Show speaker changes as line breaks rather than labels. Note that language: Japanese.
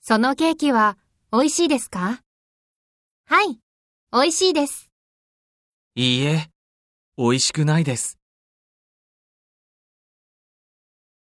そのケーキは美味しいですかはい、美味しいです。
いいえ、美味しくないです。